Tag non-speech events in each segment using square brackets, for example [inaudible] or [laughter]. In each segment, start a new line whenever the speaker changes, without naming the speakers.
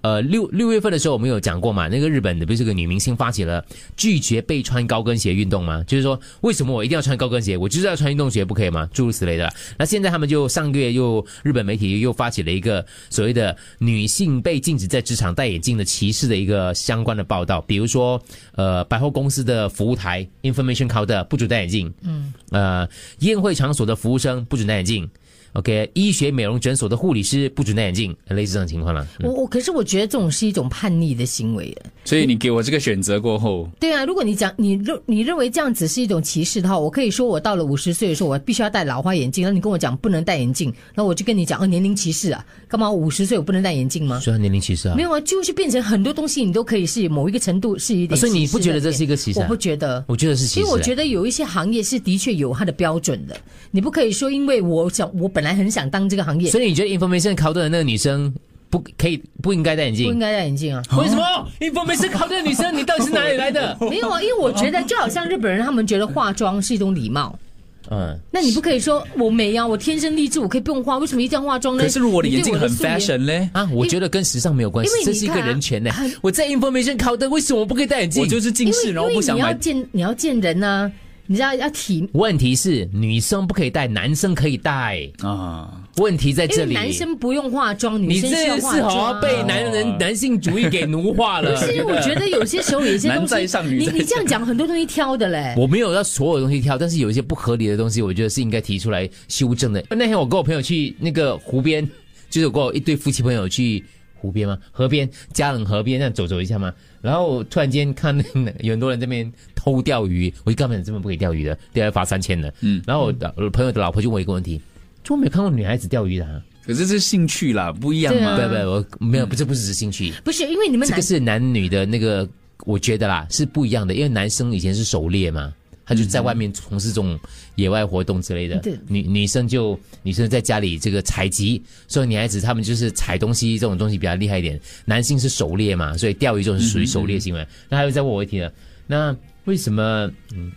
呃，六六月份的时候我们有讲过嘛，那个日本的不是有个女明星发起了拒绝被穿高跟鞋运动吗？就是说，为什么我一定要穿高跟鞋？我就是要穿运动鞋，不可以吗？诸如此类的。那现在他们就上个月又日本媒体又发起了一个所谓的女性被禁止在职场戴眼镜的歧视的一个相关的报道，比如说，呃，百货公司的服务台 （information counter） 不准戴眼镜，嗯，呃，宴会场所的服务生不准戴眼镜。OK，医学美容诊所的护理师不准戴眼镜，类似这种情况了。
我我可是我觉得这种是一种叛逆的行为耶。
所以你给我这个选择过后，
对啊，如果你讲你认你认为这样子是一种歧视的话，我可以说我到了五十岁的时候，我必须要戴老花眼镜，然后你跟我讲不能戴眼镜，然后我就跟你讲哦年龄歧视啊，干嘛五十岁我不能戴眼镜吗？
虽然年龄歧视啊
没，有啊，就是变成很多东西你都可以是某一个程度是一点歧视的点、
所以你不觉得这是一个歧视啊
我不觉得，
我觉得是歧视、啊
因为我觉
得
得有一些行业是的确有它的标准的，你不可以说因为我想我本来很想当这个行业，
所以你觉得 information 考的那个女生不可以不应该戴眼
不应
镜？
该戴眼镜啊。
为什么
[laughs]
information 考的女生，你到底是哪里来的？
没有啊，因为我觉得就好像日本人他们觉得化妆是一种礼貌，
嗯，
那你不可以说我美啊，我天生丽质，我可以不用化，为什么一定要化妆呢？
可是如果你
对
眼镜
我的
很
素颜
fashion 嘞，
啊，我觉得跟时尚没有关系
因为，你
这是一个
看啊
人权呢、
很
我在 information 考的，为什么我不可以戴眼镜？
我就是近
因
视，
为
然后不想
因为你
买
要。见你要见人呢、你知道要体，
问题是女生不可以戴，男生可以戴。
啊，
问题在
因
这
为
里。
男生不用化妆，女
你
生
这
需要化
是
妆、
好
啊。
像被男
[laughs]
人男性主义给奴化了。
是因为我觉得有些时候有些东
男在
西
上，女
你
在
你这样讲很多东西挑的嘞。
我没有要所有东西挑，但是有一些不合理的东西，我觉得是应该提出来修正的。那天我跟我朋友去那个湖边，就是我跟我一对夫妻朋友去湖边嘛，河边，嘉冷河边那样走走一下嘛。然后我突然间看有很多人这边偷钓鱼，我就告诉他们这边不可以钓鱼的，钓鱼罚三千的。嗯，然后我的我朋友的老婆就问我一个问题：，就没有看过女孩子钓鱼的、啊？
可是这是兴趣啦，不一样
对
嘛。
啊
不不，我没有，不这不只是兴趣，
不是因为你们
这
男
个是男女的那个，我觉得啦是不一样的，因为男生以前是狩猎嘛，他就在外面从事这种野外活动之类的，
对
女女生就女生在家里这个采集，所以女孩子她们就是采东西这种东西比较厉害一点，男性是狩猎嘛，所以钓鱼这种是属于狩猎行为。那他又再问我一题了，那为什么嗯？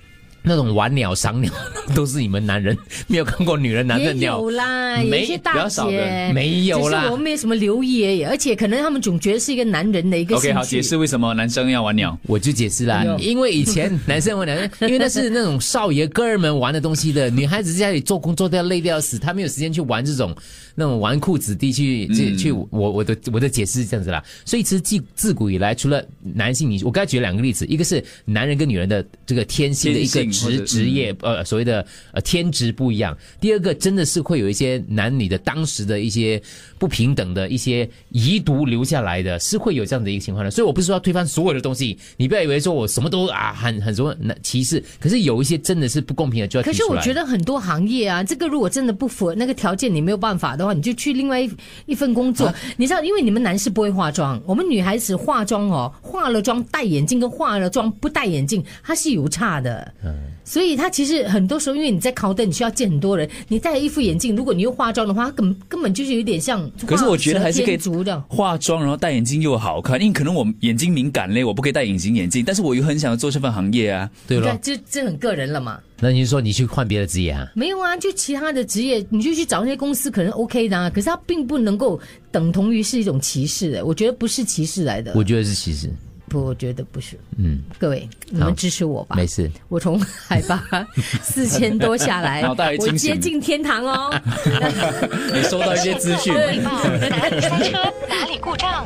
那种玩鸟、赏鸟 [laughs] 都是你们男人 [laughs] 没有看过女人拿着
也
鸟
有啦，有
没
一些
比
大
较少
姐
的没有
只
啦
是我们没什么留意而已，而且可能他们总觉得是一个男人啊的一个兴趣。
OK，好，解释为什么男生要玩鸟。
我就解释啦
哎呦，
因为以前男生玩男生，因为那是那种少爷哥儿们玩的东西的，女孩子在家里做工作都要累得要死，她没有时间去玩这种那种纨绔子弟
嗯
去去去，我我的我的解释是这样子啦。所以其实自自古以来，除了男性，你我刚才举了两个例子，一个是男人跟女人的这个天性的一个
天性或
职
者嗯
职业，呃，所谓的呃天职不一样；第二个真的是会有一些男女的当时的一些不平等的一些遗毒留下来的，是会有这样的一个情况的。所以我不是说要推翻所有的东西，你不要以为说我什么都啊很很什么歧视，可是有一些真的是不公平的就要提
可是
出
我
来。
觉得很多行业啊，这个如果真的不符合那个条件，你没有办法的话，你就去另外一一份工
啊
作。你知道，因为你们男士不会化妆，我们女孩子化妆哦，化了妆戴眼镜跟化了妆不戴眼镜，它是有差的。
嗯
所以它其实很多时候，因为你在考灯，你需要见很多人。你戴了一副眼镜，如果你又化妆的话，它根根本就是有点像。
可是我觉得还是可以
足的。
化妆，然后戴眼镜又好看，因为可能我眼睛敏感嘞，我不可以戴隐形眼镜，但是我又很想要做这份行业啊。
对
对
咯，，
这这很个人了嘛。
那你就说你去换别的职业啊？
没有啊，就其他的职业，你就去找那些公司可能 OK 的啊，可是它并不能够等同于是一种歧视欸的，我觉得不是歧视来的。
我觉得是歧视，
不，我觉得不是。
嗯，
各位，你
好
们支持我吧
没。事。
我从海
[laughs]
拔四千多下来
脑袋，还
我
清醒
接近天堂
[laughs]
哦。
你收到一些资讯。
[laughs]
汇报，哪里摔车，哪里故障。